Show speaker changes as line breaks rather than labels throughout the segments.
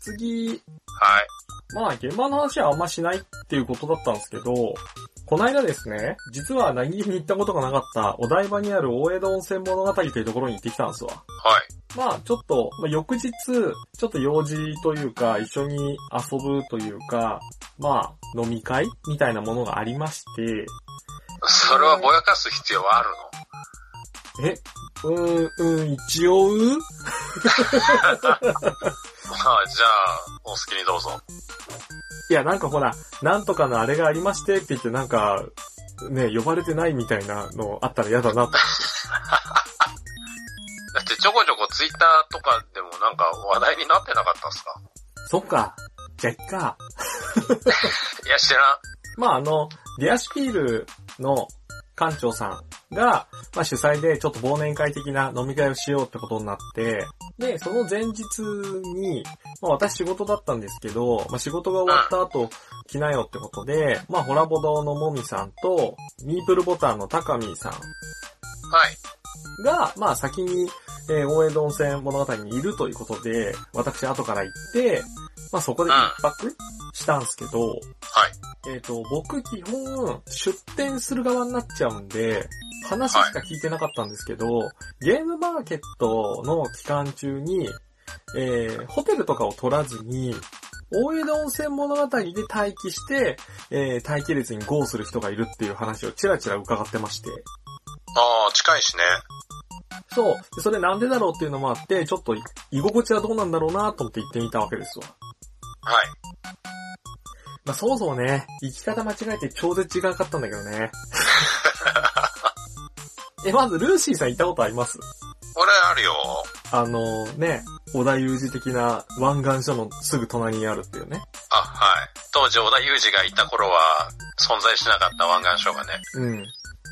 次、
はい。
まあ現場の話はあんましないっていうことだったんですけど、この間ですね、実は何気に行ったことがなかったお台場にある大江戸温泉物語というところに行ってきたんですわ。
はい。
まあちょっと、まあ、翌日、ちょっと用事というか、一緒に遊ぶというか、まあ飲み会みたいなものがありまして、
それはぼやかす必要はあるの
え、うーん、うん、一応う
まあ、じゃあ、お好きにどうぞ。
いや、なんかほら、なんとかのあれがありましてって言って、なんか、ね、呼ばれてないみたいなのあったら嫌だなと。
だってちょこちょこツイッターとかでもなんか話題になってなかったんすか
そっか。じゃあ、いっか。
いや、知らん。
まあ、あの、ディアシピールの館長さんが、まあ、主催でちょっと忘年会的な飲み会をしようってことになって、で、その前日に、まあ、私仕事だったんですけど、まあ、仕事が終わった後、来なよってことで、まあ、ホラボドのもみさんと、ミープルボタンの高見さん
はい。
が、まあ先に、えー大江戸温泉物語にいるということで、私後から行って、まあそこで一泊したんですけど、えっ、と、僕基本出店する側になっちゃうんで、話しか聞いてなかったんですけど、ゲームマーケットの期間中に、えーホテルとかを取らずに、大江戸温泉物語で待機して、えー待機列に GO する人がいるっていう話をちらちら伺ってまして。
ああ、近いしね。
そう。でそれなんでだろうっていうのもあって、ちょっと居心地はどうなんだろうなと思って行ってみたわけですわ。
はい。
まあ、そもそもね、行き方間違えて超絶時間かかったんだけどね。え、まずルーシーさん行ったことあります
俺あるよ。
あのね、小田裕二的な湾岸署のすぐ隣にあるっていうね。
あ、はい。当時、小田裕二がいた頃は、存在しなかった湾岸省がね。
うん。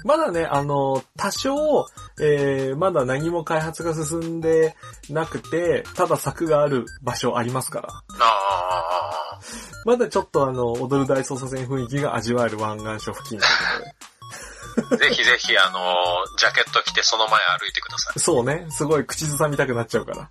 まだね、あの、多少、えー、まだ何も開発が進んでなくて、ただ柵がある場所ありますから。
ああ、
まだちょっとあの、踊る大捜査線雰囲気が味わえる湾岸署付近ということで。
ぜひぜひ、あのージャケット着てその前歩いてください。
そうね、すごい口ずさみたくなっちゃうから。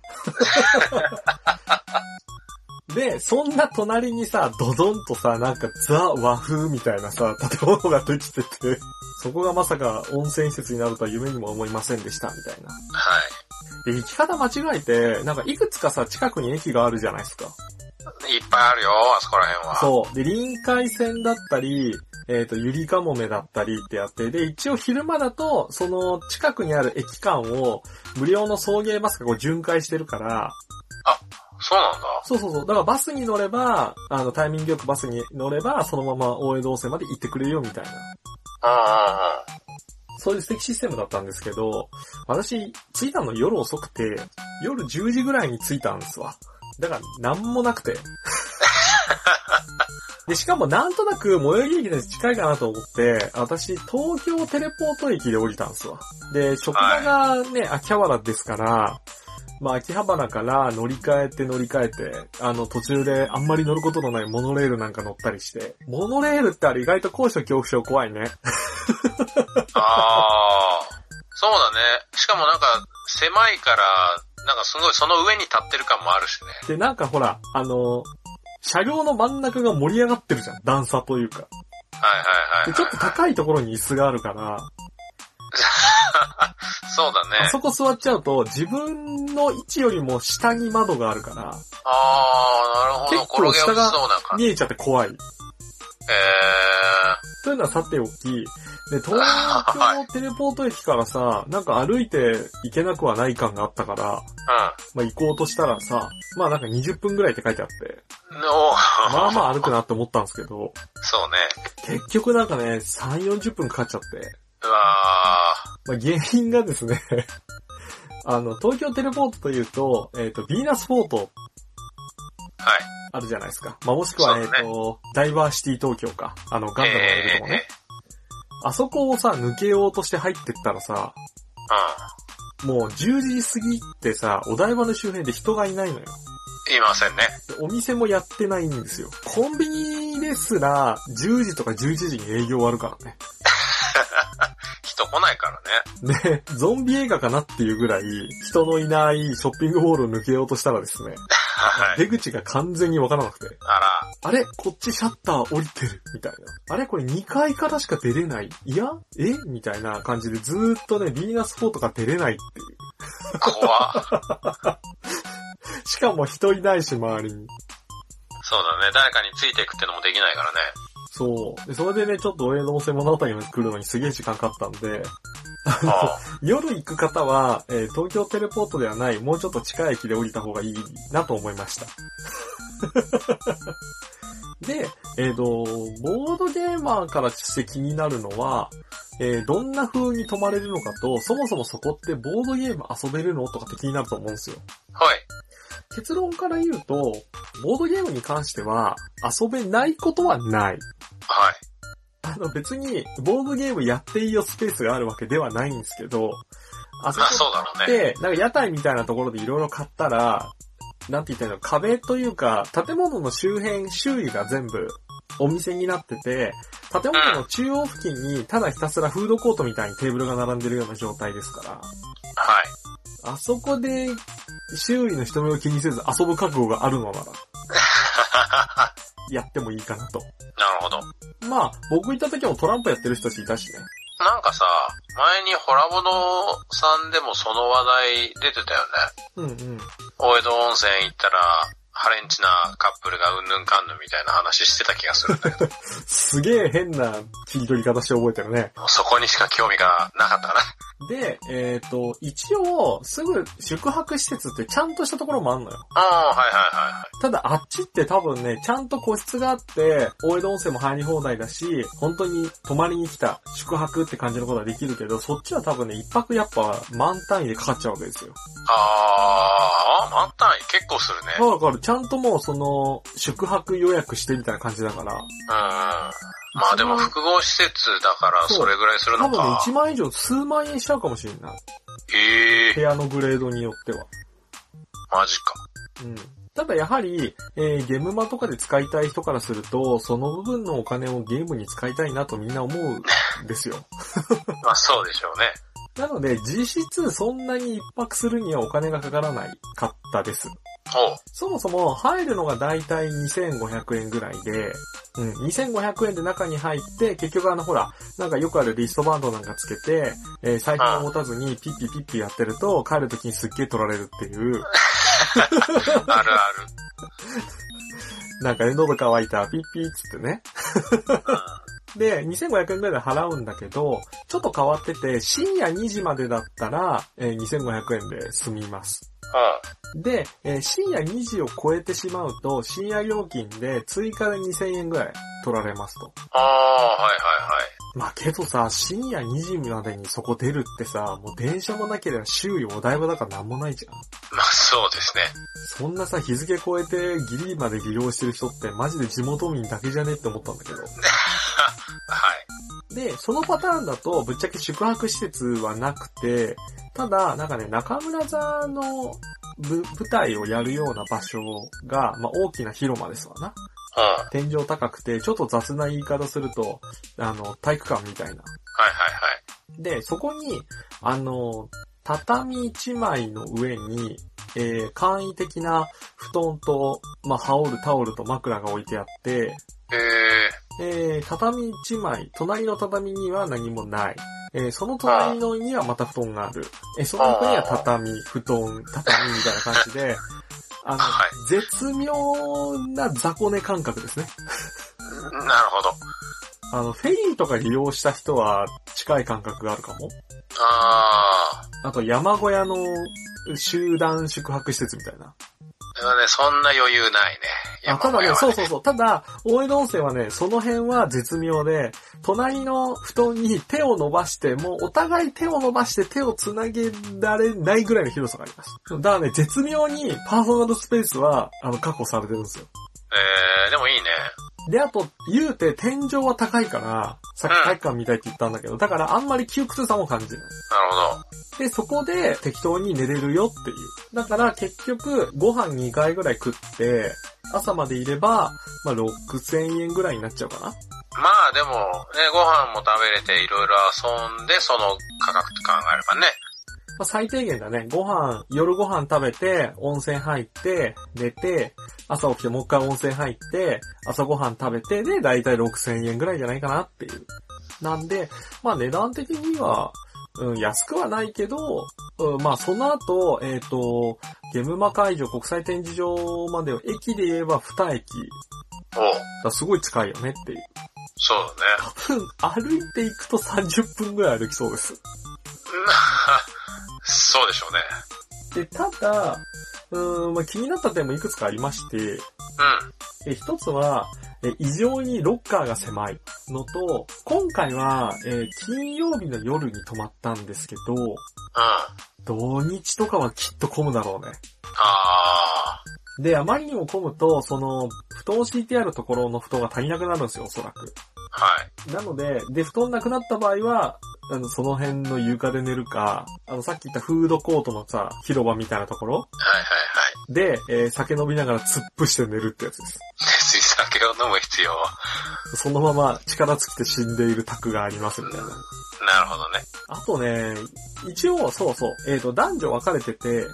で、そんな隣にさ、ドドンとさ、なんかザ和風みたいなさ、建物ができてて、そこがまさか温泉施設になるとは夢にも思いませんでした、みたいな。
は
で、行き方間違えて、なんかいくつかさ、近くに駅があるじゃないですか。
い。いっぱいあるよ、あそこら辺は。
そう。で、臨海線だったり、えっ、と、ゆりかもめだったりってやって、で、一応昼間だと、その近くにある駅間を、無料の送迎バスがこう巡回してるから、
そうなんだ。
そうそうそう。だからバスに乗れば、あの、タイミングよくバスに乗れば、そのまま大江戸温泉まで行ってくれるよみたいな。
うんうんうん。
そういう素敵システムだったんですけど、私、着いたの夜遅くて、夜10時ぐらいに着いたんですわ。だから、なんもなくて。で、しかもなんとなく最寄り駅で近いかなと思って、私、東京テレポート駅で降りたんですわ。で、職場がね、秋葉原ですから、まあ、秋葉原から乗り換えて乗り換えて、あの、途中であんまり乗ることのないモノレールなんか乗ったりして、モノレールってあれ意外と高所恐怖症怖いね。
ああ、そうだね。しかもなんか、狭いから、なんかすごいその上に立ってる感もあるしね。
で、なんかほら、あの、車両の真ん中が盛り上がってるじゃん。段差というか。
はいはいはい、
で、ちょっと高いところに椅子があるから、
そうだ
あ
ね
そ。こ座っちゃうと自分の位置よりも下に窓があるから、
ああ、なる
結
ほ
構
ど。転げ
下
落
が
ちそうな感じ。
見えちゃって怖い。
え
というのはさておき、で、東
は
京テレポート駅からさ、なんか歩いて行けなくはない感があったから、まあ行こうとしたらさ、まあなんか20分ぐらいって書いてあって、
えうん。おー
まあまあ歩くなって思ったんですけど、
そうね。
結局なんかね、3、40分かかっちゃって、
うわ
まあ、原因がですね、 あの、東京テレポートというと、えっ、と、ヴィーナスフォート
ーはい。
あるじゃないですか。まあ、もしくは、え
そ
っ、
うだね
と、ダイバーシティ東京か。あの、ガンダムがいるとこ
えー
ね。あそこをさ、抜けようとして入ってったらさ、もう10時過ぎってさ、お台場の周辺で人がいないのよ。
うん。いませんね。
でお店もやってないんですよ。コンビニですら、10時とか11時に営業終わるからね。
人来ないからね。
で、ゾンビ映画かなっていうぐらい、人のいないショッピングモールを抜けようとしたらですね、
はい。
出口が完全にわからなくて。
あら、
あれこっちシャッター降りてるみたいな。あれこれ2階からしか出れないいやえみたいな感じでずーっとね、ビーナス4とか出れないっていう。
怖っ
しかも人いないし、周りに。
そうだね。誰かについていくってのもできないからね。
そう。で、それでね、ちょっとお江戸線物語に来るのにすげえ時間かかったんで、
あ
夜行く方は、えー東京テレポートではない、もうちょっと近い駅で降りた方がいいなと思いました。 で、えっ、と、ボードゲーマーからして気になるのは、えーどんな風に泊まれるのかと、そもそもそこってボードゲーム遊べるのとかって気になると思うんですよ。
あ。はい。
結論から言うと、ボードゲームに関しては、遊べないことはない。
はい。
あの別に、ボードゲームやっていいよスペースがあるわけではないんですけど、あそ
まあ
こ
そうだろ
っ
うね。
て、なんか屋台みたいなところでいろいろ買ったら、なんて言ったらいいの、壁というか、建物の周辺、周囲が全部お店になってて、建物の中央付近にただひたすらフードコートみたいにテーブルが並んでるような状態ですから、
はい。
あそこで周囲の人目を気にせず遊ぶ覚悟があるのなら、やってもいいかなと。
なるほど。
まあ、僕行った時もトランプやってる人たちいたしね。
なんかさ、前にホラボドさんでもその話題出てたよね。
うんうん。
大江戸温泉行ったら、ハレンチなカップルがうんぬんかんぬんみたいな話してた気がするんだけ
すげえ変な切り取り方して覚えてるね。
ど、 そこにしか興味がなかった かな。
で、えっ、と、一応、すぐ宿泊施設ってちゃんとしたところもあんのよ。
ああ、はいはいはいはい。
ただあっちって多分ね、ちゃんと個室があって、大江戸温泉も入り放題だし、本当に泊まりに来た宿泊って感じのことはできるけど、そっちは多分ね、一泊やっぱ満単位でかかっちゃうわけですよ。
ああ、満単位結構するね。うん。
だからちゃんともうその、宿泊予約してみたいな感じだから、
まあでも複合施設だからそれぐらいする
多
の
分ね、
か。
1万円以上数万円しちゃうかもしれない。
ええ
部屋のグレードによっては。
マジか。
うんただやはり、えーゲームマとかで使いたい人からすると、その部分のお金をゲームに使いたいなとみんな思うんですよ。
まあそうでしょうね。
なので、実質そんなに一泊するにはお金がかからないかったです。
おう。
そもそも入るのがだいたい2500円ぐらいで、うん、2500円で中に入って、結局あのほら、なんかよくあるリストバンドなんかつけて、えー財布を持たずにピッピピッピやってると、帰る時にすっげー取られるっていう。
あるある。
なんかね、喉乾いた、ピッピーっつってね。 で、2500円ぐらいで払うんだけど、ちょっと変わってて、深夜2時までだったら、えー2500円で済みます。
う
で、えー深夜2時を超えてしまうと、深夜料金で追加で2000円ぐらい取られますと。
ん。ああ、はいはいはい。
まあけどさ、深夜2時までにそこ出るってさ、もう電車もなければ周囲お台場だからなんもないじゃん。
まあそうですね。
そんなさ、日付超えてギリまで利用してる人ってマジで地元民だけじゃねって思ったんだけど。
はい。
で、そのパターンだと、ぶっちゃけ宿泊施設はなくて、ただ、なんかね、中村座のぶ舞台をやるような場所が、まあ、大きな広間ですわな。
うん。はい
天井高くて、ちょっと雑な言い方すると、あの、体育館みたいな。
はいはい。
で、そこに、あの、畳一枚の上に、えー簡易的な布団と、まあ、羽織るタオルと枕が置いてあって、
ええ
えー、畳1枚、隣の畳には何もない。えー、その隣のにはまた布団がある。えー、その横には畳、布団、畳みたいな感じで、あの、
はい
絶妙な雑魚寝感覚ですね。
ー。なるほど。
あの、フェリーとか利用した人は近い感覚があるかも。
ああ。
あと、山小屋の集団宿泊施設みたいな。
でもね、そんな余裕ないね。
あただ
山小屋
ね、
は
そうそうそう。ただ、大江戸温泉はね、その辺は絶妙で、隣の布団に手を伸ばして、もうお互い手を伸ばして手を繋げられないぐらいの広さがあります。だからね、絶妙にパーソナルスペースは、あの、確保されてるんですよ。
ええでもいいね。
で、あと、言うて天井は高いから、さっき
うん
体育館みたいって言ったんだけど、だからあんまり窮屈さも感じない。
なるほど。
で、そこで適当に寝れるよっていう。だから結局、ご飯2回ぐらい食って、朝までいれば、まあ、6000円ぐらいになっちゃうかな。
まあでも、ね、ご飯も食べれていろいろ遊んで、その価格って考えればね。
まあ、最低限だね、ご飯、夜ご飯食べて、温泉入って、寝て、朝起きてもう一回温泉入って、朝ご飯食べて、で、だいたい6000円ぐらいじゃないかなっていう。なんで、まあ値段的には、うん、安くはないけど、うん、まあその後、えっ、ー、と、ゲムマ会場国際展示場までを駅で言えば2駅。
お
だすごい近いよねっていう。
そう
だね。多分、歩いていくと30分ぐらい歩きそうです。
そうでしょ
うね。で、ただ、うん、まあ、気になった点もいくつかありまして、うん。え、一つは、え、異常にロッカーが狭いのと、今回は、えー、金曜日の夜に泊まったんですけど、うん。土日とかはきっと混むだろうね。
あ
あ。で、あまりにも混むと、その、布団を敷いてあるところの布団が足りなくなるんですよ、おそらく。。
はい
なので、で、布団なくなった場合は、あの、その辺の床で寝るか、あの、さっき言ったフードコートのさ、広場みたいなところ
はい はい
はい。で、えー、酒飲みながら突っ伏して寝るってやつです。
別に酒を飲む必要は。
そのまま力尽きて死んでいる卓がありますみたいな。
なるほどね。
あとね、一応、そうそう、えっ、ー、と、男女分かれてて、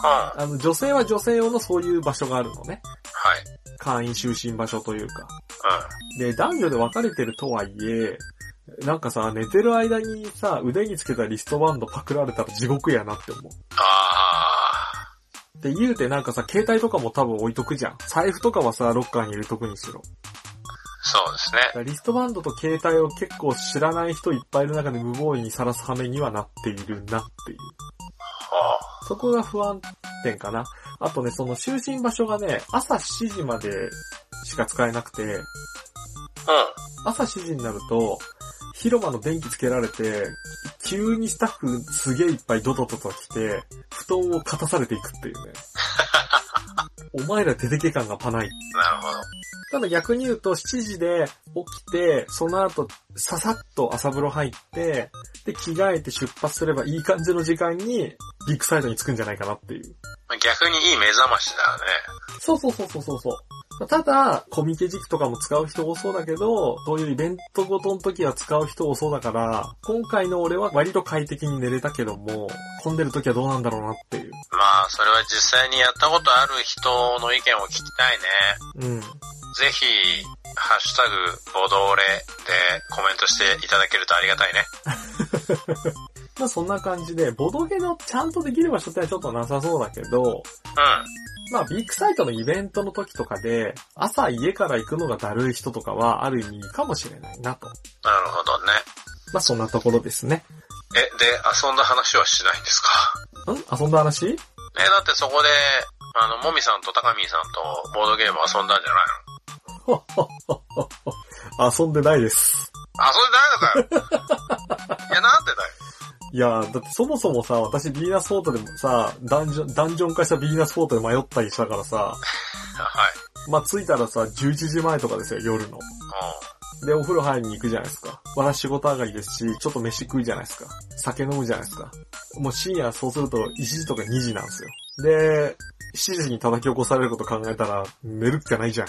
は
あ、あの、女性は女性用のそういう場所があるのね。
はい。
会員就寝場所というか。。
うん
で、男女で分かれてるとはいえ、なんかさ、寝てる間にさ、腕につけたリストバンドパクられたら地獄やなって思う。
あ
あ。で、言うてなんかさ、携帯とかも多分置いとくじゃん。財布とかはさ、ロッカーに入れとくにしろ。
そうですね。
リストバンドと携帯を結構知らない人いっぱいいる中で無防備にさらす羽目にはなっているなっていう。
はあ、
そこが不安点かな。あとね、その就寝場所がね、朝7時までしか使えなくて、うん。朝7時になると、広場の電気つけられて、急にスタッフすげえいっぱいドドドと来て、布団を勝たされていくっていうね。お前ら出てけ感がパない。
なるほど。
ただ逆に言うと7時で起きて、その後ささっと朝風呂入って、で着替えて出発すればいい感じの時間にビッグサイドに着くんじゃないかなっていう。
逆にいい目覚ましだよね。
そうそうそうそうそうそう。ただ、コミケ時期とかも使う人多そうだけど、そういうイベントごとの時は使う人多そうだから、今回の俺は割と快適に寝れたけども、混んでる時はどうなんだろうなっていう。
まあ、それは実際にやったことある人の意見を聞きた
ね。
い
うん。
ぜひ、ハッシュタグ、ボドーレでコメントしていただけるとありがたい
ね。まあそんな感じで、ボドゲのちゃんとできる場所ってちょっとなさそうだけど、うん。まあ、ビッグサイトのイベントの時とかで、朝家から行くのがだるい人とかは、ある意味かもしれないなと。
なるほどね。
まあ、そんなところですね。
え、で、遊んだ話はしないんです
かん遊んだ話え、
だってそこで、あの、もみさんと高見さんとボードゲーム遊んだんじゃない
の遊んでないです。
遊んでないのかよいや、なんでだよ。。
いや、だってそもそもさ、私ビーナスフォートでもさ、ダンジョン、ダンジョン化したビーナスフォートで迷ったりしたからさ。はいまあ、着いたらさ、11時前とかですよ、夜の。で、お風呂入りに行くじゃないですか。私仕事上がりですし、ちょっと飯食うじゃないですか。酒飲むじゃないですか。もう深夜そうすると1時とか2時なんですよ。で、7時に叩き起こされること考えたら、寝るっきゃないじゃん。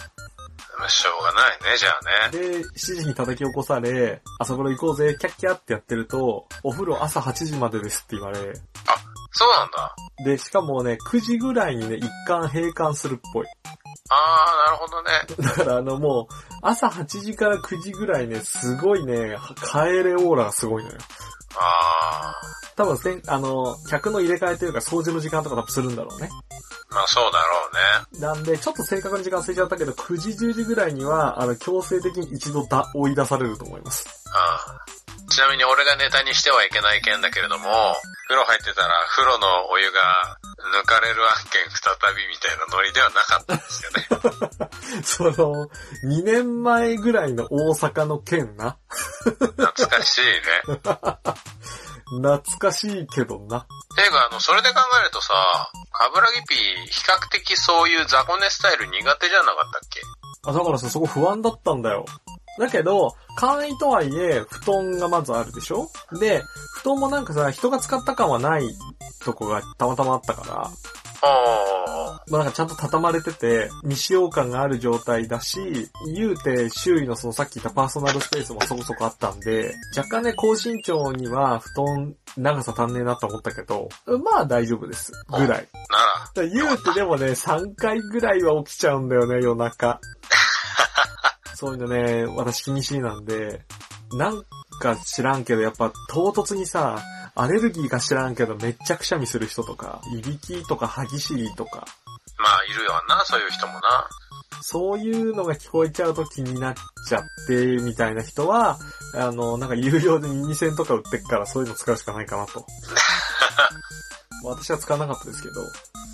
しょうがないね、じゃあ
ね。で、7時に叩き起こされ、朝風呂行こうぜ、キャッキャってやってると、お風呂朝8時までですって言われ。あ、
そうなんだ。
で、しかもね、9時ぐらいにね、一貫閉館するっぽい。
あ
な
ー、
るほどね。だからあのもう、朝8時から9時ぐらいね、すごいね、カエレオーラがすごいのよ。
あ
ー。多分せん、あの、客の入れ替えというか掃除の時間とか多分するんだろうね。
まあそうだろ
うね。なんで、ちょっと正確に時間忘れちゃったけど、9時10時ぐらいには、あの、強制的に一度だ追い出されると思います。
ああ。ちなみに俺がネタにしてはいけない件だけれども、風呂入ってたら風呂のお湯が抜かれる案件再びみたいなノリではなかったんです
よね。その、2年前ぐらいの大阪の件な。
懐かしいね。
懐かしいけどな。
ていうか、あの、それで考えるとさ、油木ピー、比較的そういう雑魚寝スタイル苦手じゃなかったっけ
あ、だからさ、そこ不安だったんだよ。だけど、簡易とはいえ、布団がまずあるでしょで、布団もなんかさ、人が使った感はないとこがたまたまあったから、
あ
まあなんかちゃんと畳まれてて、未使用感がある状態だし、言うて周囲のそのさっき言ったパーソナルスペースもそこそこあったんで、若干ね、高身長には布団長さ足んねえなと思ったけど、まあ大丈夫です。ぐらい。
あ、なら。
だから言うてでもね、3回ぐらいは起きちゃうんだよね、夜中。そういうのね、私気にしいなんで、なんか知らんけど、やっぱ唐突にさ、アレルギーか知らんけどめっちゃくしゃみする人とか、いびきとか激しいとか、
まあ、いるよな、そういう人もな。
そういうのが聞こえちゃうと気になっちゃって、みたいな人は、あの、なんか有料で耳栓とか売ってっからそういうの使うしかないかな と。私は使わなかったですけど。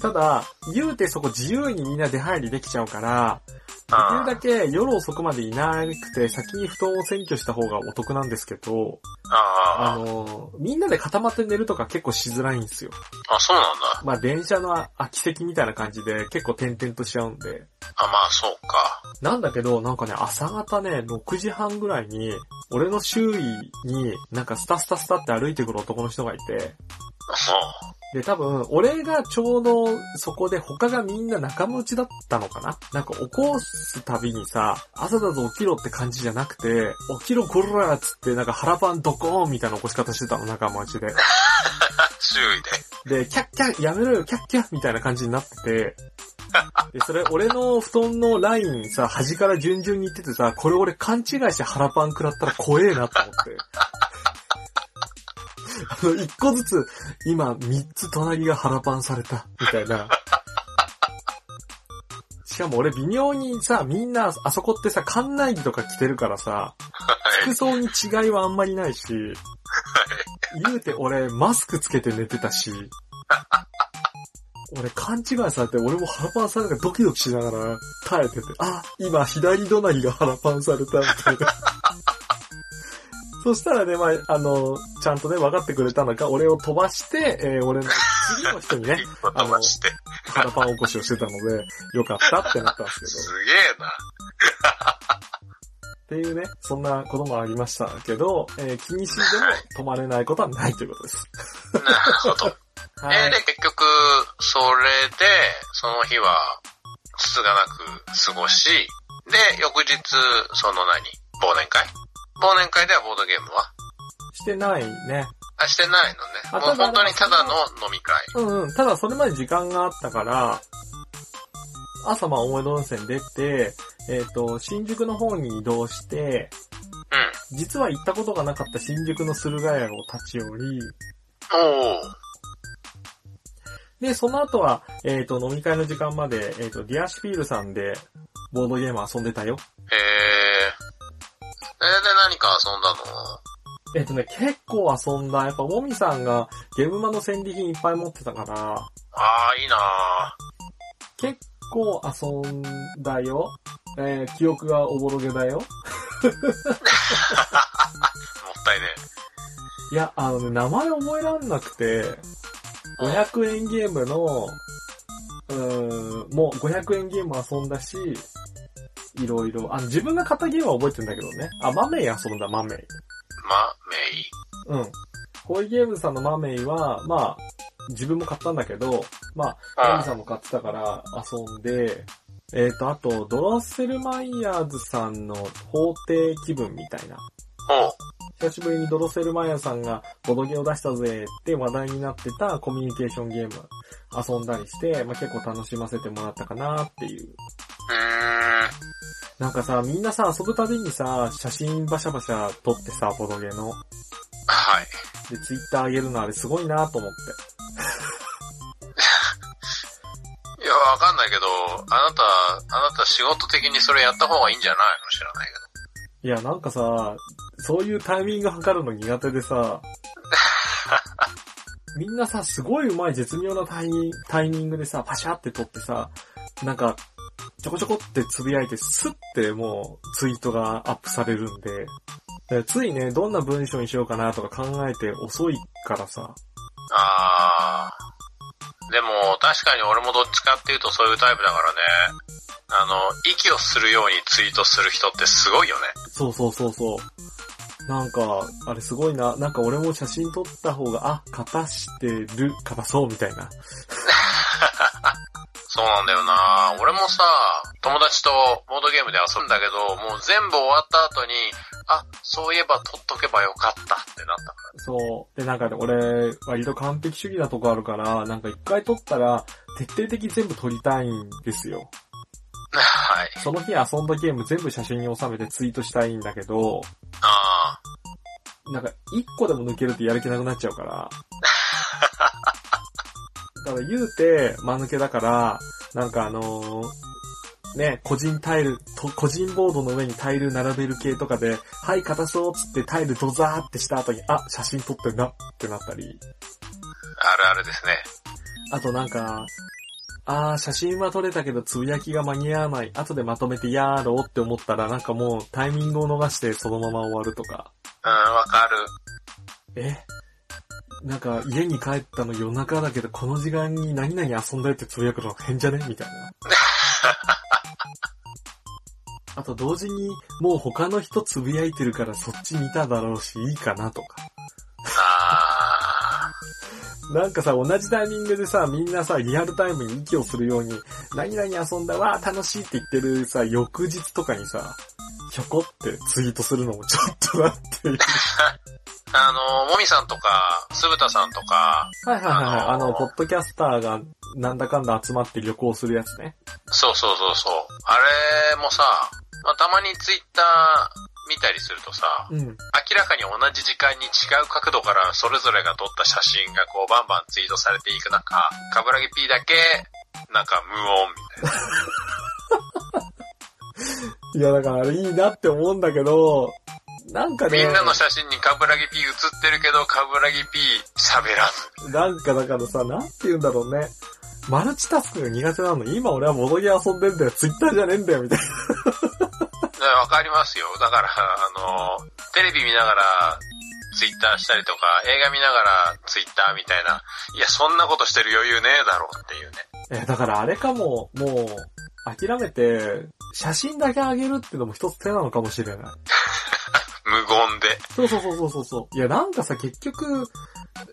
ただ、言うてそこ自由にみんな出入りできちゃうから、できる
あ
だけ夜遅くまでいなくて先に布団を占拠した方がお得なんですけど、あ
あ、あ
の、みんなで固まって寝るとか結構しづらいんですよ。
あ、そうなんだ。
まあ電車の空き席みたいな感じで結構点々としちゃうんで。
あ、まあ、そうか。
なんだけど、なんかね、朝方ね、6時半ぐらいに、俺の周囲に、なんかスタスタスタって歩いてくる男の人がいて、
そう。
で、多分、俺がちょうどそこで他がみんな仲間内だったのかななんか起こすたびにさ、朝だぞ起きろって感じじゃなくて、起きろこらっつってなんか腹パンドコーンみたいな起こし方してたの、仲間内で。
周囲 で。
で、キャッキャッ、やめろよ、キャッキャッみたいな感じになってて、で、それ俺の布団のラインさ、端から順々に行っててさ、これ俺勘違いして腹パン食らったら怖えなと思って。あの、一個ずつ、今、三つ隣が腹パンされた、みたいな。しかも俺微妙にさ、みんな、あそこってさ、館内着とか着てるからさ、
はい。
服装に違いはあんまりないし、言うて俺マスクつけて寝てたし、俺勘違いされて、俺も腹パンされてドキドキしながら耐えてて、あ、今左隣が腹パンされたみたいな。 そしたらね、まあ、あの、ちゃんとね、分かってくれたのか、俺を飛ばして、えー俺の次の人にね、
一個飛ばして。
腹パン起こしをしてたので、よかったってなったんですけど。
すげえな。
っていうね、そんなこともありましたけど、えー気にしんでも止まれないことはないということです。
なるほど。
は
え
い
で、。結局、それで、その日は、つつがなく過ごし、で、翌日、その何忘年会忘年会ではボードゲームは
してないね。
あ、してないのね
あ。
もう
ただ
本当にただの飲み会。
うんうん。ただそれまで時間があったから、朝まあ大江戸温泉出て、えっ、と、新宿の方に移動して、
う
実は行ったことがなかった新宿の駿河屋を立ち寄り、
ん。おー。
で、その後は、えっ、と、飲み会の時間まで、えっ、と、ディアシピールさんで、ボードゲーム遊んでたよ。
へえ。それで何か遊んだの
えっ、とね、結構遊んだ。やっぱ、もみさんがゲームマの戦利品いっぱい持ってたから、
ああ、いいなぁ。
結構遊んだよ。えー記憶がおぼろげだよ。
もったいね
いや、あのね、名前覚えらんなくて、
うん
500円ゲームの、うーん、もう500円ゲーム遊んだし、いろいろ、あの、自分が買ったゲームは覚えてんだけどね。あ、マメイ遊んだ、マメイ。
え。ま、めい。
うん。ホイゲームズさんのマメイは、まあ、自分も買ったんだけど、まあ、エミ
あ
さんも買ってたから遊んで、えっ、と、あと、ドロッセルマイヤーズさんの法廷気分みたいな。
おう。
久しぶりにドロッセルマイヤーズさんがボドゲを出したぜって話題になってたコミュニケーションゲーム遊んだりして、まあ、結構楽しませてもらったかなっていう。
うーん。
なんかさ、みんなさ、遊ぶたびにさ、写真バシャバシャ撮ってさ、ボドゲの。
はい。
で、ツイッター上げるのあれすごいなと思って。
いや、わかんないけど、あなた、あなた仕事的にそれやった方がいいんじゃないの知らないけど。
いや、なんかさ、そういうタイミング測るの苦手でさ、みんなさ、すごい上手い絶妙なタイミンタイミングでさ、パシャって撮ってさ、なんか、ちょこちょこってつぶやいて、スッてもうツイートがアップされるんで、でついね、どんな文章にしようかなとか考えて遅いからさ、
あー。でも、確かに俺もどっちかっていうとそういうタイプだからね。あの、息をするようにツイートする人ってすごいよね。
そうそうそうそう。なんか、あれすごいな。なんか俺も写真撮った方が、あ、勝たしてる、勝たそうみたいな。
そうなんだよな俺もさ、友達とボードゲームで遊んだけど、もう全部終わった後に、あ、そういえば取っとけばよかったってなったから。
そう。で、なんかね、俺、割と完璧主義なとこあるから、なんか一回取ったら、徹底的に全部取りたいんですよ。
はい。
その日遊んだゲーム全部写真に収めてツイートしたいんだけど、
あ
あ。なんか、一個でも抜けるとやる気なくなっちゃうから。だから言うて、間抜けだから、なんかあのー、ね、個人タイルと、個人ボードの上にタイル並べる系とかで、はい、硬そうっつってタイルドザーってした後に、あ、写真撮ってんなってなったり。
あるあるですね。
あとなんか、あー、写真は撮れたけど、つぶやきが間に合わない。後でまとめてやろうって思ったら、なんかもうタイミングを逃してそのまま終わるとか。
うん、わか
る。えなんか家に帰ったの夜中だけど、この時間に何々遊んだよってつぶやくの変じゃねみたいな。あと同時に、もう他の人つぶやいてるからそっち見ただろうし、いいかなとか。なんかさ、同じタイミングでさ、みんなさ、リアルタイムに息をするように、何々遊んだわ、楽しいって言ってるさ、翌日とかにさ、ひょこってツイートするのもちょっとなっていう。
あの、もみさんとか、すぶたさんとか。
はいはいはい、あのー、あの、 ポッドキャスターがなんだかんだ集まって旅行するやつね。
そうそうそうそう。あれもさ、まあ、たまにツイッター、見たりするとさ、うん、明らかに同じ時間に違う角度からそれぞれが撮った写真がこうバンバンツイートされていく中、カブラギ P だけ、なんか無音み
たいな。いやだからあれいいなって思うんだけど、なんかね。
みんなの写真にカブラギ P 写ってるけど、カブラギ P 喋ら
ず。なんかだからさ、なんて言うんだろうね。マルチタスクが苦手なのに、今俺はボドゲ遊んでんだよ、ツイッターじゃねえんだよ、みたいな。
わかりますよ。だから、あの、テレビ見ながら、ツイッターしたりとか、映画見ながらツイッターみたいな。いや、そんなことしてる余裕ねえだろうっていうね。
え、だからあれかも、もう、諦めて、写真だけ上げるってのも一つ手なのかもしれない。
無言で。
そうそうそうそうそう。いや、なんかさ、結局、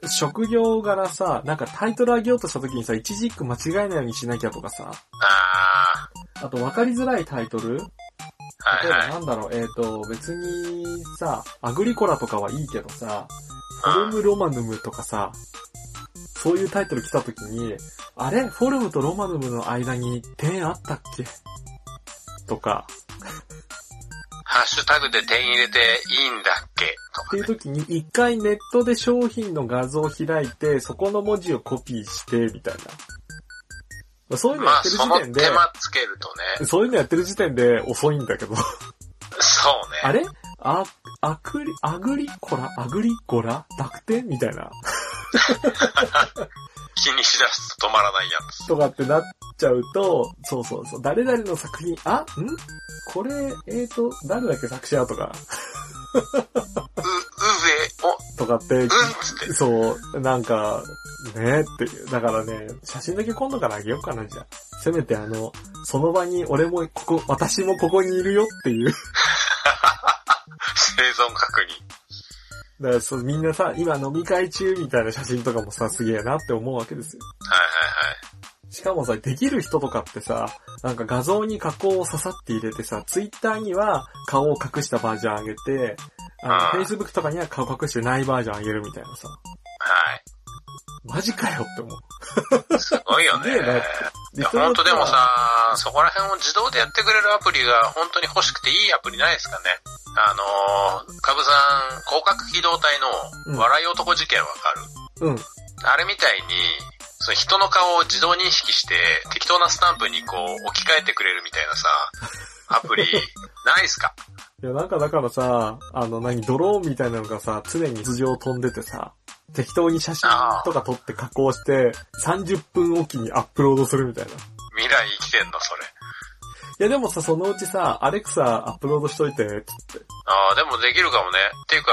職業柄さ、なんかタイトル上げようとした時にさ、一字一句間違えないようにしなきゃとかさ。
あ
あ。あと、わかりづらいタイトル
はいはい、
なんだろう、えっ、ー、と、別にさ、アグリコラとかはいいけどさ、フォルムロマヌムとかさ、そういうタイトル来た時に、あれフォルムとロマヌムの間に点あったっけとか。
ハッシュタグで点入れていいんだっけと
か、ね、っていう時に、一回ネットで商品の画像を開いて、そこの文字をコピーして、みたいな。そういうのやってる時点で、
まあ、手間つけると
ね。そういうのやってる時点で遅いんだけど
そうね。
あれあ、アクリ、アグリコラアグリコラ濁点みたいな。
気にしだすと止まらないやつ。
とかってなっちゃうと、そうそうそう、誰々の作品、あ、んこれ、えーと、誰だっけ作者とか。
う、うぜ、
お、とかって、うん
っつって。
そう、なんか、ねっていう。だからね、写真だけ今度からあげようかな、じゃあ。せめてあの、その場に俺もここ、私もここにいるよっていう。
生存確
認。だからそう、みんなさ、今飲み会中みたいな写真とかもさ、すげえなって思うわけですよ。
はいはいはい。
しかもさ、できる人とかってさ、なんか画像に加工を刺さって入れてさ、ツイッターには顔を隠したバージョンあげて、あの、Facebook とかには顔隠してないバージョンあげるみたいなさ。
はい。
マジかよって思
う。すごいよね。いや、ほんとでもさ、そこら辺を自動でやってくれるアプリが本当に欲しくていいアプリないですかね。あのー、カブさん、広角機動隊の笑い男事件わか
る、うん、うん。
あれみたいに、その人の顔を自動認識して、適当なスタンプにこう置き換えてくれるみたいなさ、アプリ、ないっすか
いや、なんかだからさ、あの何、ドローンみたいなのがさ、常に頭上飛んでてさ、適当に写真とか撮って加工して、30分おきにアップロードするみたいな。
未来生きてんの、それ。
いやでもさ、そのうちさ、アレクサアップロードしといて、つって。
ああ、でもできるかもね。っていうか、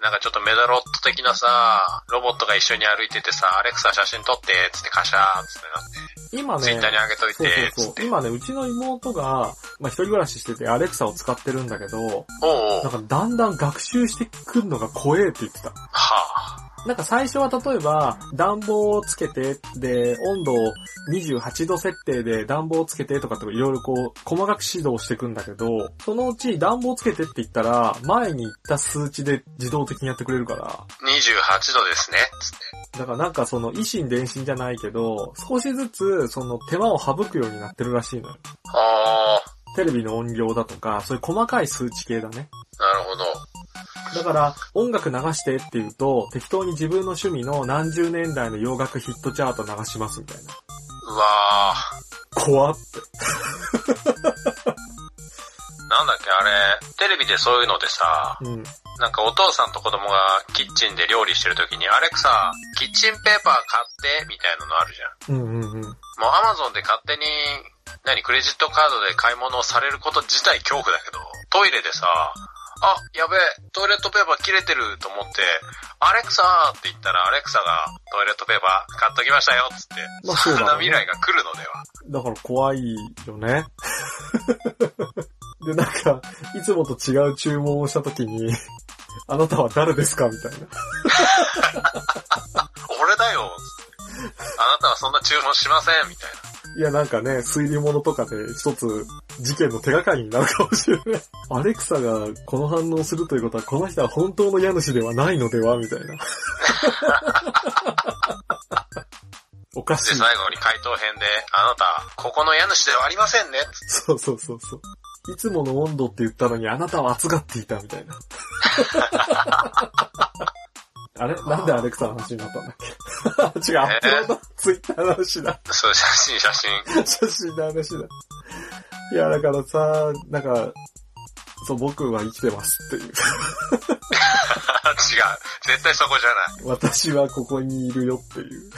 なんかちょっとメダロット的なさ、ロボットが一緒に歩いててさ、アレクサ写真撮って、つってカシャー、つってなって。
今ね、
ツイッターに上げといて、そうそうそう
今ね、うちの妹が、まあ、一人暮らししてて、アレクサを使ってるんだけど、
おうおう
なんかだんだん学習してくんのが怖えって言ってた。は
あ。
なんか最初は例えば、暖房をつけて、で、温度を28度設定で暖房をつけてとかっていろいろこう、細かく指導していくんだけど、そのうち暖房つけてって言ったら、前に行った数値で自動的にやってくれるから。。
28度ですね、つって
だからなんかその、維心伝心じゃないけど、少しずつその手間を省くようになってるらしいのよ。
あ
ー。テレビの音量だとか、そういう細かい数値系だね。
なるほど。
だから、音楽流してって言うと、適当に自分の趣味の何十年代の洋楽ヒットチャート流しますみたいな。
うわ
ー。怖って。
なんだっけ、あれ、テレビでそういうのでさ、
うん、
なんかお父さんと子供がキッチンで料理してる時に、アレクサ、キッチンペーパー買って、みたいなのあるじ
ゃん。うんうんうん。もう
アマゾンで勝手に、何、クレジットカードで買い物をされること自体恐怖だけど、トイレでさ、あ、やべえ、トイレットペーパー切れてると思って、アレクサーって言ったら、アレクサがトイレットペーパー買っときましたよ、つって。まあそう、ね、そんな未来が来るのでは。
だから怖いよね。 で、なんか、いつもと違う注文をした時に、あなたは誰ですかみたいな。
俺だよ。あなたはそんな注文しません、みたいな。
いや、なんかね、推理物とかで一つ事件の手がかりになるかもしれない。 アレクサがこの反応するということは、この人は本当の家主ではないのではみたいな。 おかしい。で、
最後に回答編で、あなた、ここの家主ではありませんね。
そうそうそうそう。いつもの温度って言ったのに、あなたは暑がっていたみたいな。 あれなんでアレクサの話になったんだっけ 違う、アップロード、ツイッターの話だ。
そう、写真、 写真。
写真の話だ。いや、だからさ、なんか、そう、僕は生きてますっていう。違 う。
絶対そこじゃない。
私はここにいるよっていう。